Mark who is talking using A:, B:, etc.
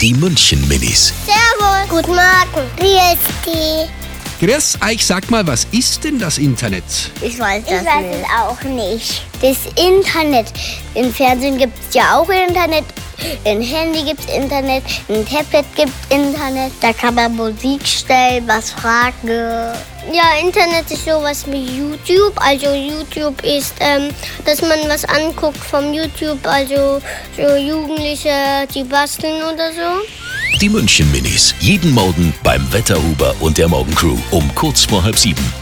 A: Die München Minis.
B: Servus. Guten Morgen. Wie ist die?
A: Grüß euch, sag mal, was ist denn das Internet?
C: Ich weiß
B: Ich weiß es auch nicht. Das Internet. Im Fernsehen gibt es ja auch Internet. Im Handy gibt es Internet. Im Tablet gibt es Internet. Da kann man Musik stellen, was fragen. Ja, Internet ist sowas wie YouTube. Also YouTube ist, ähm, dass man was anguckt vom YouTube. Also so Jugendliche, die basteln oder so.
A: Die München Minis. Jeden Morgen beim Wetterhuber und der Morgencrew um kurz vor halb sieben.